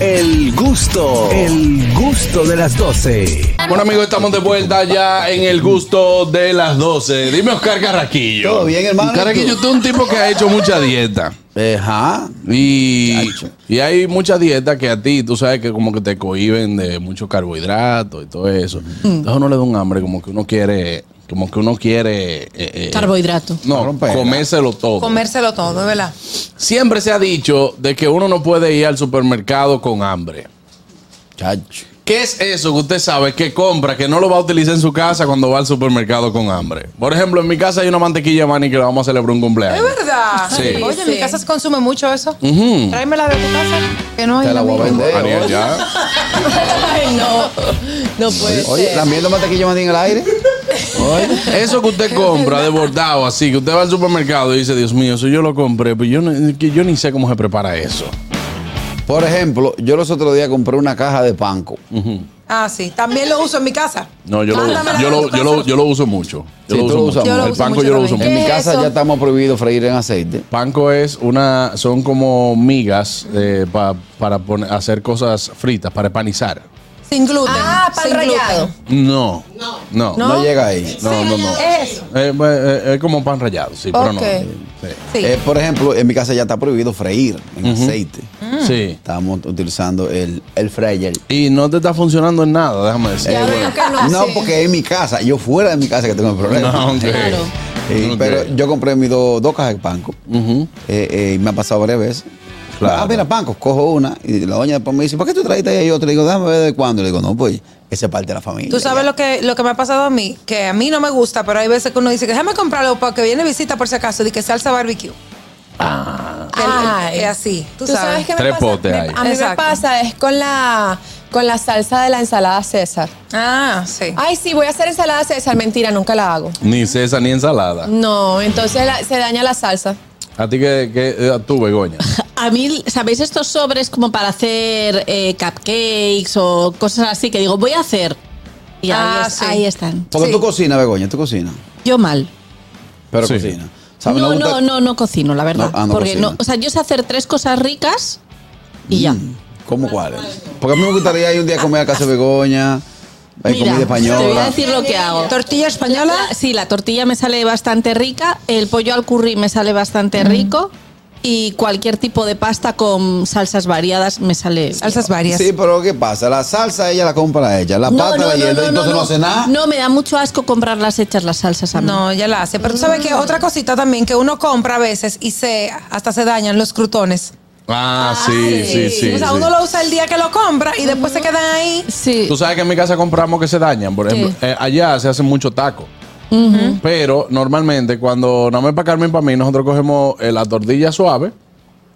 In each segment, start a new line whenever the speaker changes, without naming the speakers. El gusto, el gusto de las 12.
Bueno, amigos, estamos de vuelta ya en el gusto de las 12. Dime, Oscar Carraquillo.
Todo bien, hermano,
Carraquillo,
¿y tú?
tú es un tipo que ha hecho mucha dieta.
Ajá.
Y,
Chacho.
y hay muchas dietas que a ti, tú sabes que como que te cohiben de muchos carbohidratos y todo eso. Entonces uno le da un hambre, como que uno quiere, como que uno quiere... eh, eh,
Carbohidrato.
No,
Romperla.
comérselo todo.
Comérselo todo, es verdad.
Siempre se ha dicho de que uno no puede ir al supermercado con hambre.
Chacho.
¿Qué es eso que usted sabe que compra, que no lo va a utilizar en su casa cuando va al supermercado con hambre? Por ejemplo, en mi casa hay una mantequilla maní que la vamos a celebrar un cumpleaños.
Es verdad.
Sí.
Oye, en mi
Sí.
casa se consume mucho eso. Tráemela de tu casa, que no hay.
Te la voy a
amigo.
vender.
Ariel, ya.
Ay, no. No puede
Oye,
ser.
la mierda mantequilla mandé en el aire. Oye.
Eso que usted compra de bordado, así que usted va al supermercado y dice, Dios mío, eso yo lo compré, pero yo, no- que yo ni sé cómo se prepara eso.
Por ejemplo, yo los otros días compré una caja de panco.
Ah, sí. También lo uso en mi casa.
No, yo lo,
Mándamela
yo
Ah, de
lo,
tu
yo lo-
casa.
yo lo uso mucho. Yo
Sí,
lo
tú
uso
lo
mucho.
usas Yo lo
el
uso
panco
mucho
yo lo uso
también.
mucho.
Eh,
En mi casa
Eso.
ya estamos prohibidos freír en aceite.
Panco es una, son como migas eh, pa- para poner- hacer cosas fritas, para panizar.
Sin gluten.
Ah, pan
sin gluten.
rallado.
No, no, no,
No, llega ahí.
no, no, no.
Es eso.
Eh, pues, eh, es como pan rallado, sí, pero no.
Ok.
Sí.
Sí.
Eh, por ejemplo, en mi casa ya está prohibido freír en aceite.
Mm.
Mm.
Sí.
Estamos utilizando el, el fryer. Eh,
Y no te está funcionando en nada, déjame decir.
Ya veo que no.
No,
sí.
porque es mi casa. Yo fuera de mi casa que tengo el problema.
Eh, No, ok.
Claro.
Sí,
Ok.
Pero yo compré mis dos dos cajas de panco. Eh, eh, y me ha pasado varias veces.
Claro.
Ah, mira, panco, cojo una. Y la doña después me dice, ¿por qué tú trajiste ahí? Yo te digo, déjame ver de cuándo. Le digo, no, pues, esa es parte de la familia.
Tú sabes lo que, lo que me ha pasado a mí, que a mí no me gusta, pero hay veces que uno dice que déjame comprarlo para que viene visita por si acaso, de que salsa barbecue. Ah,
Ay.
es así. Tú, sabes.
qué me
Tres
pasa?
potes
Me-
ahí.
A mí me
Exacto.
pasa es con la, con la salsa de la ensalada César.
Ah, sí.
Ay, sí, voy a hacer ensalada César. Mentira, nunca la hago.
Ni cesa ni ensalada.
No, entonces la- se daña la salsa.
A ti que, que a tú, Begoña.
A mí, ¿sabéis estos sobres como para hacer eh, cupcakes o cosas así? Que digo, voy a hacer. Y ahí,
Ah,
es-
sí.
ahí están.
Porque
Sí.
tú cocinas, Begoña, tú cocinas.
Yo mal.
Pero
Sí.
cocinas. ¿Sabes?
no,
gusta-
no, no, no cocino, la verdad.
No, ah, no
porque
cocina. Mm,
no, o sea, yo sé hacer tres cosas ricas y ya.
¿Cómo cuáles? Porque a mí me gustaría ir un día a comer a casa de Begoña, hay comida española.
te voy a decir lo que hago.
Tortilla española.
La- sí, la tortilla me sale bastante rica, el pollo al curry me sale bastante rico y cualquier tipo de pasta con salsas variadas me sale.
Salsas varias.
Sí, pero ¿qué pasa? La salsa ella la compra ella, la pata la hierve, entonces no, hace nada.
No, me da mucho asco comprarlas hechas las salsas a mí.
No, ya la hace. Pero tú sabes
Mm.
que otra cosita también que uno compra a veces y se hasta se dañan los crutones.
Ah, sí, sí, sí.
o sea,
sí.
uno lo usa el día que lo compra y después se quedan ahí.
Sí.
Tú sabes que en mi casa compramos que se dañan. Por ejemplo, eh, allá se hacen mucho taco. Pero normalmente cuando no me para Carmen para mí, nosotros cogemos eh, la tortilla suave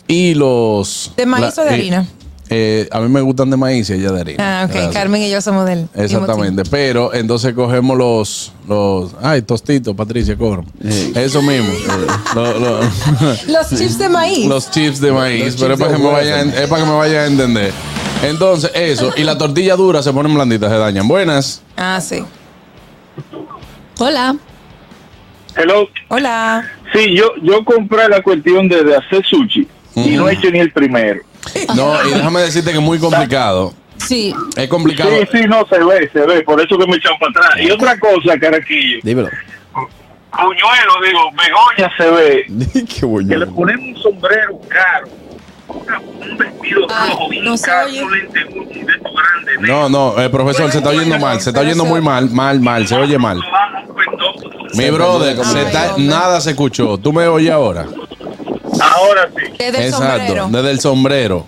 y los...
¿De maíz
la-
o de
eh,
harina?
eh, a mí me gustan de maíz y ella de harina.
Ah, ok.
Gracias.
Carmen y yo somos del. mismo
Exactamente, pero entonces cogemos los, los, ay, tostitos, Patricia, cobro. Eso mismo. Lo- lo-
team. Los chips de maíz.
los chips de maíz,
Los
pero es
chips
para,
de
que me
huevo.
vayan, es para que me vayan a entender. Entonces, eso. Y la tortilla dura se ponen blanditas, se dañan. Buenas.
Ah, sí.
Hola.
Hello.
Hola.
Sí, yo, yo compré la cuestión de, de hacer sushi y no he hecho ni el primero.
No, y déjame decirte que es muy complicado.
Sí.
Es complicado.
Sí, sí, no, se ve, se ve. Por eso que me echan para atrás. Y otra cosa, Caraquillo.
Dímelo.
Buñuelo, digo, Begoña se ve.
Qué
Que le
bueno.
ponemos un sombrero caro, una- un vestido
Ay,
rojo bien
Ah, no se
caro,
oye.
un lente Gucci de estos grandes, negros,
No, no, eh, profesor, se está oyendo mal, se está oyendo muy mal, mal, mal, se oye mal.
un pendón.
Mi brother, se está- nada se escuchó. Tú me oyes ahora.
Ahora sí.
Desde el sombrero.
desde el sombrero.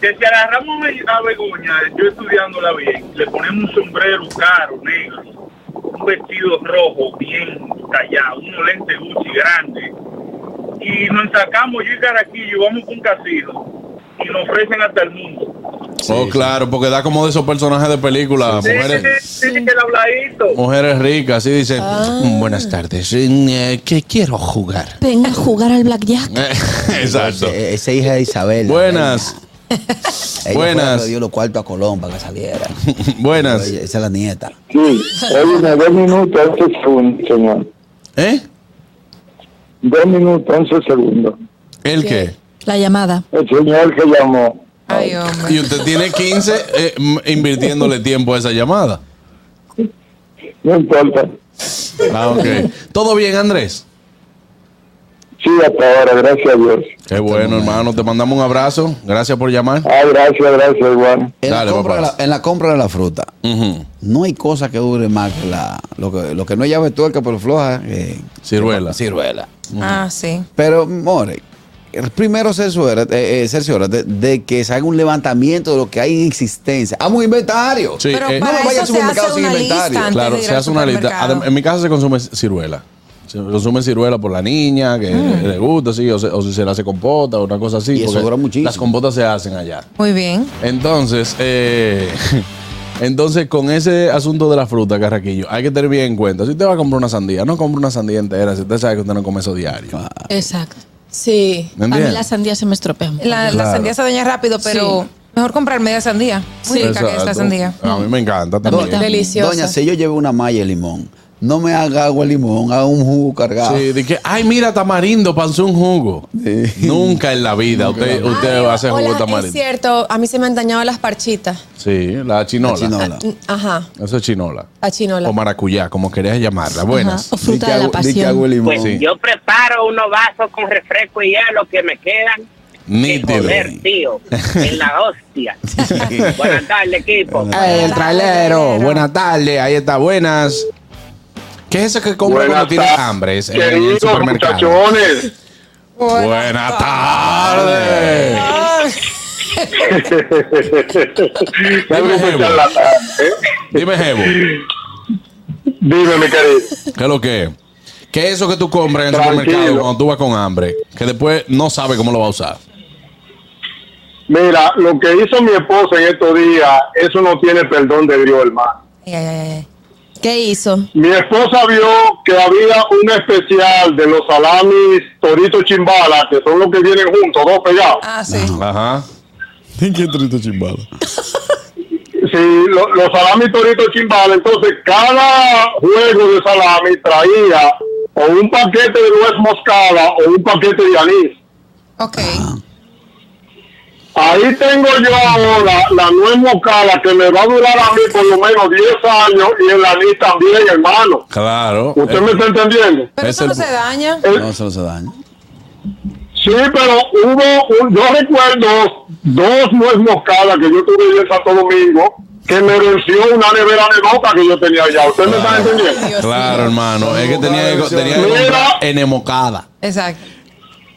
Que si agarramos a Be- a Begoña, yo estudiándola bien, le ponemos un sombrero caro, negro, un vestido rojo bien tallado, unos lentes Gucci grandes, y nos sacamos yo y Caraquillo y vamos con un casino, y nos ofrecen hasta el mundo.
oh, claro, porque da como de esos personajes de película,
Sí,
mujeres.
sí, sí, el habladito.
Mujeres ricas, así dicen.
Ah.
"Mm, Buenas tardes, que quiero jugar?
Venga a jugar al blackjack.
Exacto.
Eh, Esa hija de Isabel. la
Buenas,
reina.
Buenas.
Ella fue la que dio los cuartos a Colón para que saliera.
buenas.
Oye, esa es la nieta.
Sí, oye, dos minutos, 11 segundos, señor.
¿Eh?
Dos minutos, 11 segundos.
¿El qué?
La llamada.
El señor que llamó.
Ah,
Ay, hombre.
Y usted tiene 15 eh, m- invirtiéndole tiempo a esa llamada.
No importa.
Ah, ok. ¿Todo bien, Andrés?
Sí, hasta ahora, gracias a Dios.
Qué bueno, hermano. Te mandamos un abrazo. Gracias por llamar.
Ah, gracias, gracias, igual.
En,
Dale,
la compra de
papá.
la, en la compra de la fruta,
Ujú.
no hay cosa que dure más que la. Lo que, lo que no es llave tuerca, pero floja. eh,
Ciruela.
ciruela.
Ah, sí.
Pero, more, primero cerciórate, eh, eh, cerciórate de que se haga un levantamiento de lo que hay en existencia. Haz un inventario.
Sí,
Pero
eh,
para
no vaya al
eso se
supermercado
hace
sin
una lista
inventario.
antes
claro,
de ir
se
al
hace una lista.
supermercado.
Adem- em- En mi casa se consume ciruela. Se consume ciruela por la niña, que le gusta, sí, o, se, o si se la hace compota, o una cosa así.
Y eso
porque
dura muchísimo.
Las compotas se hacen allá.
Muy bien.
Entonces, eh, entonces con ese asunto de la fruta, Carraquillo, hay que tener bien en cuenta. Si usted va a comprar una sandía, no compre una sandía entera, si usted sabe que usted no come eso diario.
Exacto.
Sí.
¿Me
A mí
entiende?
las sandías se me estropean.
La, la
Claro.
sandía se daña rápido, pero
Sí.
mejor comprar media sandía. Muy rica que es la
Exacto.
sandía.
A mí me encanta
Doña-
también.
También.
Deliciosa.
Doña, si yo llevo una malla de limón, no me haga agua de limón, haga un jugo cargado.
Sí, de que, ay, mira, tamarindo, pasó un jugo. Nunca en la vida usted, usted va a hacer
Ay,
jugo de
hola, Es
tamarindo.
cierto, a mí se me han dañado las parchitas.
Sí, la chinola.
La chinola.
Ajá,
Eso es chinola.
la chinola.
O maracuyá, como querías llamarla. Buenas.
Ajá. O fruta de la
agua- di que
pasión.
agua de limón.
Pues
Sí.
yo preparo unos vasos con refresco y hielo que me quedan. de
Nítido.
joder, tío. En la hostia. Buenas tardes, equipo.
Ay, el trailero. Buenas tardes. Ahí está. Buenas. ¿Qué es eso que compra cuando tiene hambre Es eh, en el
Queridos
supermercado?
muchachones,
Buenas tardes.
dame
Dime,
un
Evo.
charlatán, ¿eh?
Dime, Jebo.
Dime, mi querido.
¿Qué es lo que es? ¿Qué es eso que tú compras en el
Tranquilo.
supermercado cuando tú vas con hambre? Que después no sabes cómo lo vas a usar.
Mira, lo que hizo mi esposa en estos días, eso no tiene perdón de Dios, hermano.
Ay, ay, ay, ay.
¿Qué hizo?
Mi esposa vio que había un especial de los salamis Torito Chimbala, que son los que vienen juntos, dos pegados.
Ah, sí.
Ajá. ¿Qué triste chimbala?
Sí, lo- los salamis Torito Chimbala, entonces cada juego de salami traía o un paquete de nuez moscada o un paquete de anís.
Ok.
Ahí tengo yo ahora la nuez moscada que me va a durar a mí por lo menos 10 años y el anís también, hermano.
Claro. Eh,
¿Usted me está entendiendo?
Pero
Es
eso no
el-
se daña.
El-
No, solo se daña.
Sí, pero hubo, un- yo recuerdo dos nuez moscadas que yo tuve en Santo Domingo que me venció una nevera de nota que yo tenía allá. ¿Usted me está
Ah.
entendiendo?
Claro, hermano. Es que tenía que, tenía que
Mira.
comprar enemocada.
Exacto.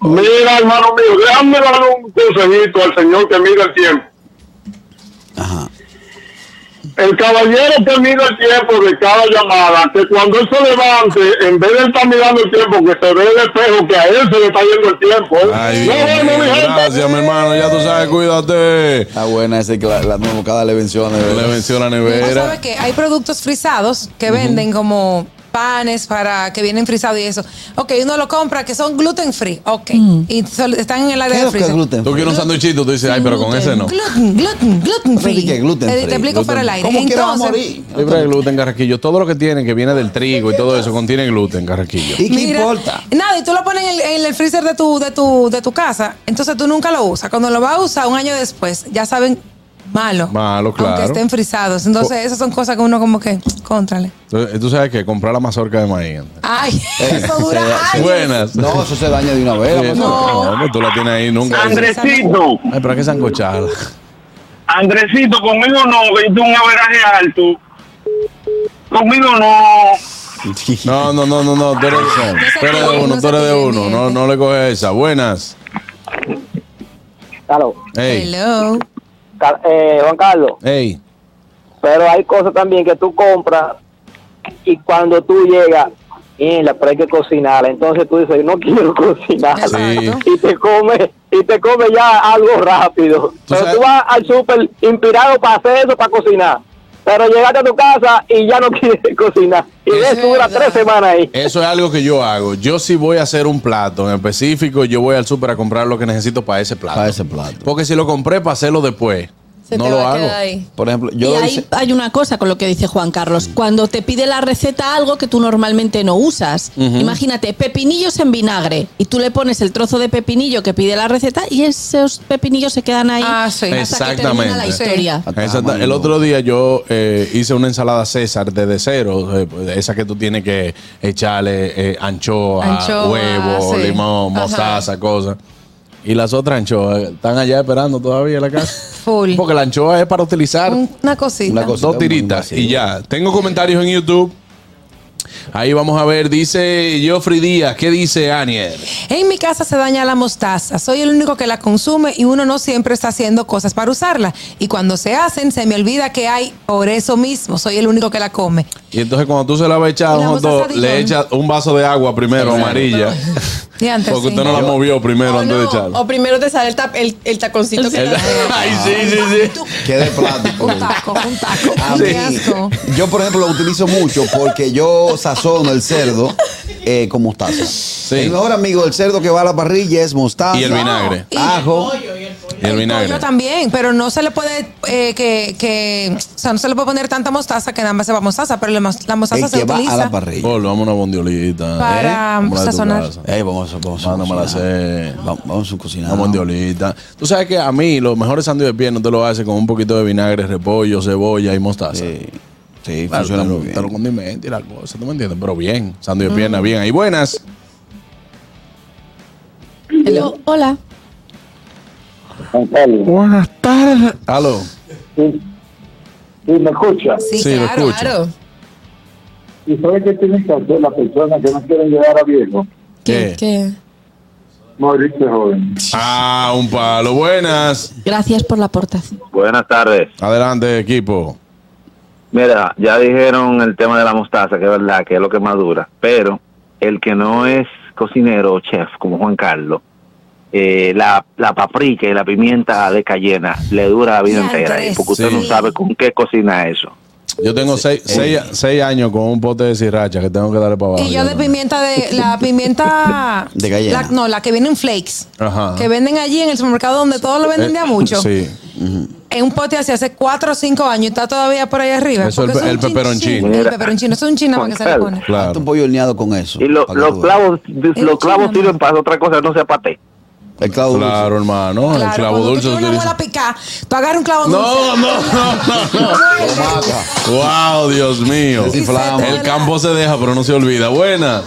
Mira, hermano mío, déjame dar un consejito al señor que mira el tiempo.
Ajá.
El caballero que mira el tiempo de cada llamada, que cuando él se levante, en vez de estar mirando el tiempo, que se ve el espejo, que a él se le está yendo el tiempo. ¿eh?
Ay,
Nos
Dios
vemos,
mío,
mi gente.
gracias, mi hermano. Ya tú sabes, cuídate.
Está buena ese que la, la nueva bocada le venció a la nevera.
Le venció la
¿Tú
nevera.
sabes que hay productos frisados que venden como panes para que vienen frisados y eso. Ok, uno lo compra que son gluten free. Ok. Y sol- están en el
¿Qué
área
es
de
lo que es
freezer.
gluten?
Tú quieres un sanduichito, tú dices, ay, pero con ese no.
Gluten, gluten, gluten
No sé
free.
ni qué es gluten
Eh,
free,
Te explico
gluten
para el
free.
aire.
¿Cómo quiera va a
Entonces,
morir?
Libre de gluten, carraquillo. Todo lo que tiene que viene del trigo y todo eso contiene gluten, carraquillo.
¿Y qué
Mira,
importa?
Nada, y tú lo pones en el, en el freezer de tu, de, tu, de tu casa, entonces tú nunca lo usas. Cuando lo vas a usar un año después, ya saben, malo.
Malo, claro.
Aunque estén frisados. Entonces,
Oh.
esas son cosas que uno como que, contrale.
eh, Tú- Tú sabes que comprar la mazorca de maíz.
Ay,
Eh,
eso dura años.
Buenas.
No, eso se daña de una
Sí,
vez. No.
no, pues tú la tienes ahí nunca.
Andresito,
Ay, pero hay que sancocharla.
Andresito, conmigo no, que tú un averaje alto. Conmigo no.
No, no, no, no, no. Tú eres, tú eres de uno, tú eres de uno. No, no le coges esa. Buenas.
Claro,
Ey,
Hello.
Car- eh, Juan Carlos,
ey.
pero hay cosas también que tú compras y cuando tú llegas, y la pero hay que cocinar. Entonces tú dices, no quiero cocinar.
Sí.
y te come y te come ya algo rápido. Pero
sabes-
tú vas al súper inspirado para hacer eso, para cocinar. Pero llegaste a tu casa y ya no quieres cocinar. Y
Eso
eso dura tres semanas ahí.
Eso es algo que yo hago. Yo si voy a hacer un plato en específico, yo voy al súper a comprar lo que necesito para ese plato.
Para ese plato.
Porque si lo compré para hacerlo después,
Se
no
te
lo
va a
hago.
quedar ahí.
Por ejemplo,
y
yo
ahí
hice-
hay una cosa con lo que dice Juan Carlos. Cuando te pide la receta algo que tú normalmente no usas, imagínate pepinillos en vinagre y tú le pones el trozo de pepinillo que pide la receta y esos pepinillos se quedan ahí
Ah, sí.
hasta que termina la
Exactamente.
historia.
Ah, está,
Exacta-
mano.
el otro día yo eh, hice una ensalada César desde cero, eh, esa que tú tienes que echarle eh, anchoa,
Anchoa,
huevo,
sí.
limón,
Ajá.
mostaza, cosas. Y las otras anchoas eh, están allá esperando todavía en la casa.
Full.
Porque la anchoa es para utilizar
Una cosita.
Una cosita
dos
muy
tiritas
vacía.
y ya. Tengo comentarios en YouTube. Ahí vamos a ver, dice Geoffrey Díaz, ¿qué dice Aniel?
En mi casa se daña la mostaza. Soy el único que la consume y uno no siempre está haciendo cosas para usarla. Y cuando se hacen, se me olvida que hay por eso mismo. Soy el único que la come.
Y entonces cuando tú se la vas a echar a
Y
un
la
hot dog,
mostaza
le
Dijon.
echas un vaso de agua primero,
Exacto.
amarilla.
Y antes,
Porque
sí. Oh,
usted no la movió primero
O,
antes de
no,
echarla.
o primero te sale el, tap- el, el taconcito que
El-
te da.
Ay, sí, sí, sí.
Quedé plástico.
Un taco, un taco.
Ah,
A
Ah, Qué
mí,
asco.
yo, por ejemplo, lo utilizo mucho porque yo sazono el cerdo eh, con mostaza. El mejor amigo del cerdo que va a la parrilla es mostaza.
Y el vinagre.
Ah, y-
Ajo.
Y el vinagre.
Pollo también, pero no se le puede eh, que, que, o sea, no se le puede poner tanta mostaza que nada más se va mostaza, pero la, mos- la mostaza
El
se
que va a
utiliza
la parrilla.
Polo, vamos a una bondiolita. Eh,
Para,
Vamos a la de tu
sazonar.
casa.
Ey, vamos, a- vamos, a
Mándame la
cocinar.
sed.
Va- Vamos a cocinar.
Una bondiolita. Tú sabes que a mí los mejores sándwiches de pierna te lo hace con un poquito de vinagre, repollo, cebolla y mostaza.
Sí, sí,
Claro,
funciona
te lo-
muy bien.
Te lo condimenta y la cosa, ¿tú me entiendes? Pero bien, sándwich de
Mm.
pierna, bien. Ahí buenas.
Hello. Hola.
Juan Carlos,
Buenas tardes. Aló.
¿sí? ¿Sí me escuchas?
Sí,
Sí, lo
claro.
escucho.
Claro.
¿Y sabes qué tienen que hacer las personas que no quieren llegar a viejo?
¿Qué?
¿Qué?
Morirse joven.
Ah, un palo. Buenas.
Gracias por la aportación.
Buenas tardes.
Adelante, equipo.
Mira, ya dijeron el tema de la mostaza, que es verdad, que es lo que más dura. Pero el que no es cocinero o chef, como Juan Carlos, eh, la, la paprika y la pimienta de cayena le dura la vida
Y
entera.
Andrés,
ahí, porque usted
sí.
no sabe con qué cocina eso.
Yo tengo seis, seis, seis años con un pote de sriracha que tengo que darle para abajo.
Y yo de
no.
pimienta de la pimienta
De gallina.
la- no, la que viene en flakes.
Ajá.
Que venden allí en el supermercado donde todos lo venden de a
Ah. Eh,
mucho.
Sí.
En un pote así hace 4 o 5 años y está todavía por ahí arriba.
Eso es
Porque
el- el
un chin-
peperoncino.
chin- El
Mira.
peperoncino, eso es un chinama que se le pone.
Hazte
Claro.
un pollo horneado con eso.
Y lo-
para que
los
tú veas.
clavos, los clavos sirven para otra cosa, no se apate.
El clavo dulce.
Claro, hermano. el
Claro,
clavo
cuando tú
dulce.
tienes una
utiliza-
bola picada, tú agarras un clavo
No,
dulce.
no, no, no, no. wow, Dios mío.
Sí,
Desinflamos.
El campo se deja, pero no se olvida. Buena.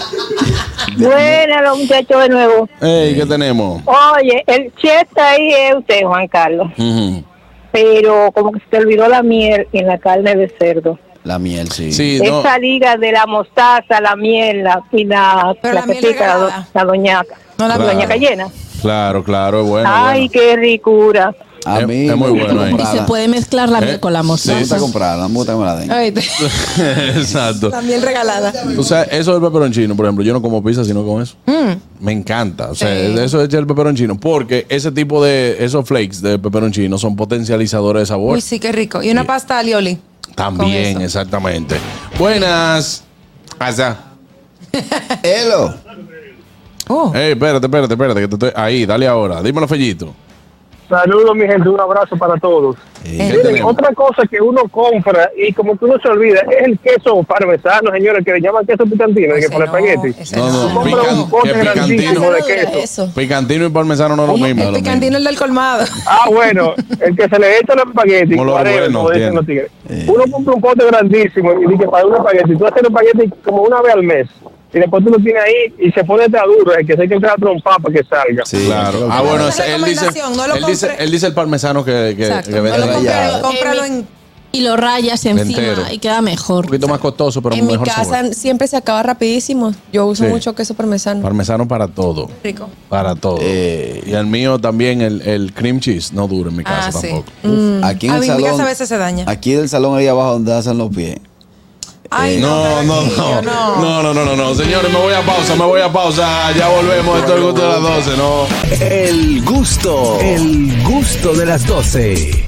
Buenas, los muchachos de nuevo.
Ey, ¿qué tenemos?
Oye, el chef está ahí es usted, Juan Carlos,
Ujú.
pero como que se te olvidó la miel en la carne de cerdo.
La miel, sí.
Sí, no.
Esa liga de la mostaza, la miel la, y la,
Pero la miel
cosita, la, do-
regalada.
la doñaca,
No la
la doña
Claro.
cayena.
Claro, claro, es bueno.
Ay,
Ah, bueno.
qué ricura.
A
Es-
mí
es muy
me gusta
bueno ahí.
Y
comprarla.
se puede mezclar la miel
¿Eh?
con la
Me
mostaza.
gusta comprarla, me gusta que me la den.
Ay, te-
Exacto.
La miel regalada.
O sea, eso del peperoncino, por ejemplo, yo no como pizza sino con eso. Me encanta. O sea,
Mm. Sí.
eso es el peperoncino. Porque ese tipo de, esos flakes de peperoncino son potencializadores de sabor.
Uy, sí, qué rico. Y una pasta alioli. con
También,
eso.
exactamente. Buenas. Asa.
Elo.
Oh.
Ey, espérate, espérate, espérate. Que te estoy... Ahí, dale ahora. Dímelo, Fellito.
Saludos, mi gente, un abrazo para todos.
Eh,
¿Qué
Miren,
tenemos?
otra cosa que uno compra y como que uno se olvida es el queso parmesano, señores, que le llaman queso picantino, que
Ese
por
no,
espagueti.
ese
No, no,
Compra
pican-
un pote
que
grandísimo
picantino.
de
Ese no dura
queso.
eso.
Picantino y parmesano no es lo mismo.
El
es lo
picantino
mismo. Eh,
el del colmado.
Ah, bueno, el que se le echa el espagueti,
Como lo
whatever,
bueno
como dicen
tiene.
los tigres. Uno compra un pote grandísimo y dice para un espagueti. Tú haces el espagueti como una vez al mes. Y después tú lo tienes ahí y se pone tan duro, el que se hay que entrar a trompar para que salga.
Sí.
Claro. Ah, bueno,
Esa
él dice,
recomendación, no lo
él, dice,
compre.
él dice el parmesano que, que,
Exacto.
que
No
vende
lo
allá.
compré,
Un
cómpralo en.
Y lo rayas encima
Entero.
y queda mejor.
poquito más costoso, pero
En mi
mejor
casa
sabor.
siempre se acaba rapidísimo. Yo uso
Sí.
mucho queso parmesano.
Parmesano para todo.
Rico.
Para todo. y el mío también, el, el cream cheese, no dura en mi casa
Ah, sí.
tampoco.
Mm.
Aquí en
A
el
mí mi
salón.
casa a veces se daña.
Aquí en el salón ahí abajo donde hacen los pies.
Ay,
Eh, No, no,
Carraquillo,
no. No, no, no, no, no. Señores, me voy a pausa, me voy a pausa. Ya volvemos. Esto es el gusto de las 12, no.
El gusto, el gusto de las 12.